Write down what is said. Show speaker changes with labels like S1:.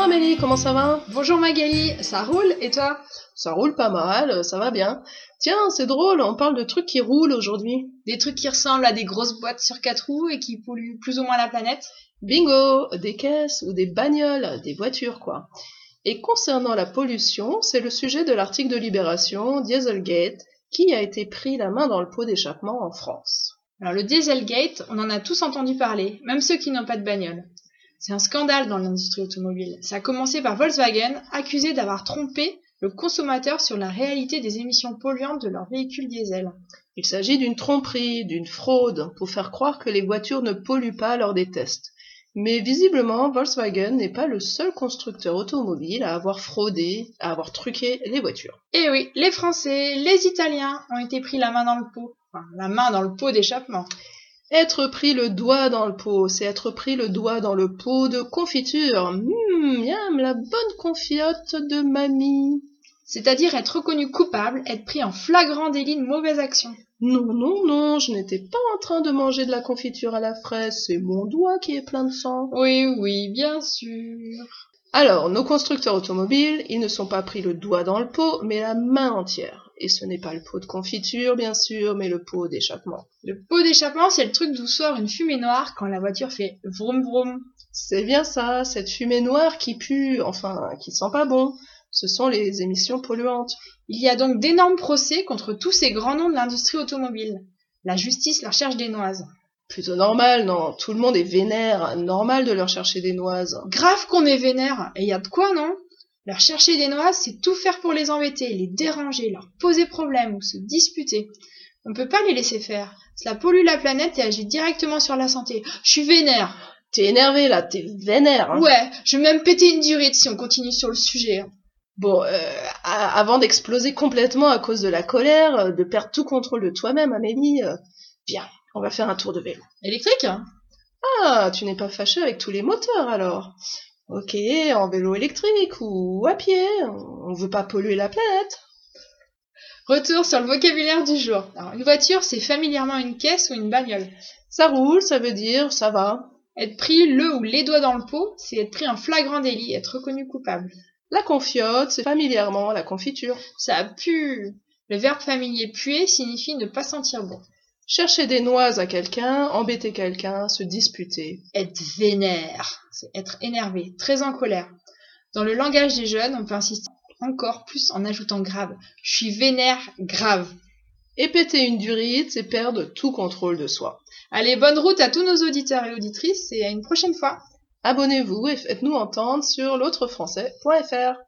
S1: Amélie, comment ça va
S2: Bonjour Magali, ça roule et toi
S1: Ça roule pas mal, ça va bien. Tiens, c'est drôle, on parle de trucs qui roulent aujourd'hui.
S2: Des trucs qui ressemblent à des grosses boîtes sur quatre roues et qui polluent plus ou moins la planète
S1: Bingo Des caisses ou des bagnoles, des voitures quoi. Et concernant la pollution, c'est le sujet de l'article de Libération, Dieselgate, qui a été pris la main dans le pot d'échappement en France.
S2: Alors le Dieselgate, on en a tous entendu parler, même ceux qui n'ont pas de bagnole. C'est un scandale dans l'industrie automobile. Ça a commencé par Volkswagen, accusé d'avoir trompé le consommateur sur la réalité des émissions polluantes de leurs véhicules diesel.
S1: Il s'agit d'une tromperie, d'une fraude, pour faire croire que les voitures ne polluent pas lors des tests. Mais visiblement, Volkswagen n'est pas le seul constructeur automobile à avoir fraudé, à avoir truqué les voitures.
S2: Eh oui, les Français, les Italiens ont été pris la main dans le pot. Enfin, la main dans le pot d'échappement.
S1: Être pris le doigt dans le pot, c'est être pris le doigt dans le pot de confiture. Mmm, miam, la bonne confiote de mamie.
S2: C'est-à-dire être reconnu coupable, être pris en flagrant délit de mauvaise action.
S1: Non, non, non, je n'étais pas en train de manger de la confiture à la fraise, c'est mon doigt qui est plein de sang.
S2: Oui, oui, bien sûr.
S1: Alors, nos constructeurs automobiles, ils ne sont pas pris le doigt dans le pot, mais la main entière. Et ce n'est pas le pot de confiture, bien sûr, mais le pot d'échappement.
S2: Le pot d'échappement, c'est le truc d'où sort une fumée noire quand la voiture fait vroom vroom.
S1: C'est bien ça, cette fumée noire qui pue, enfin, qui sent pas bon. Ce sont les émissions polluantes.
S2: Il y a donc d'énormes procès contre tous ces grands noms de l'industrie automobile. La justice leur cherche des noises.
S1: Plutôt normal, non Tout le monde est vénère, normal de leur chercher des noises.
S2: Grave qu'on est vénère, et y a de quoi, non Leur chercher des noises, c'est tout faire pour les embêter, les déranger, leur poser problème ou se disputer. On ne peut pas les laisser faire. Cela pollue la planète et agit directement sur la santé. Je suis vénère.
S1: T'es énervé là, t'es vénère. hein.
S2: Ouais, je vais même péter une durite si on continue sur le sujet.
S1: Bon, euh, a- avant d'exploser complètement à cause de la colère, euh, de perdre tout contrôle de toi-même, Amélie, euh, viens, on va faire un tour de vélo.
S2: Électrique
S1: Ah, tu n'es pas fâché avec tous les moteurs alors Ok, en vélo électrique ou à pied, on veut pas polluer la planète.
S2: Retour sur le vocabulaire du jour. Alors, une voiture, c'est familièrement une caisse ou une bagnole.
S1: Ça roule, ça veut dire ça va.
S2: Être pris le ou les doigts dans le pot, c'est être pris en flagrant délit, être reconnu coupable.
S1: La confiote, c'est familièrement la confiture.
S2: Ça pue. Le verbe familier puer signifie ne pas sentir bon.
S1: Chercher des noises à quelqu'un, embêter quelqu'un, se disputer.
S2: Être vénère, c'est être énervé, très en colère. Dans le langage des jeunes, on peut insister encore plus en ajoutant grave. Je suis vénère, grave.
S1: Et péter une durite, c'est perdre tout contrôle de soi.
S2: Allez, bonne route à tous nos auditeurs et auditrices et à une prochaine fois.
S1: Abonnez-vous et faites-nous entendre sur l'autrefrançais.fr.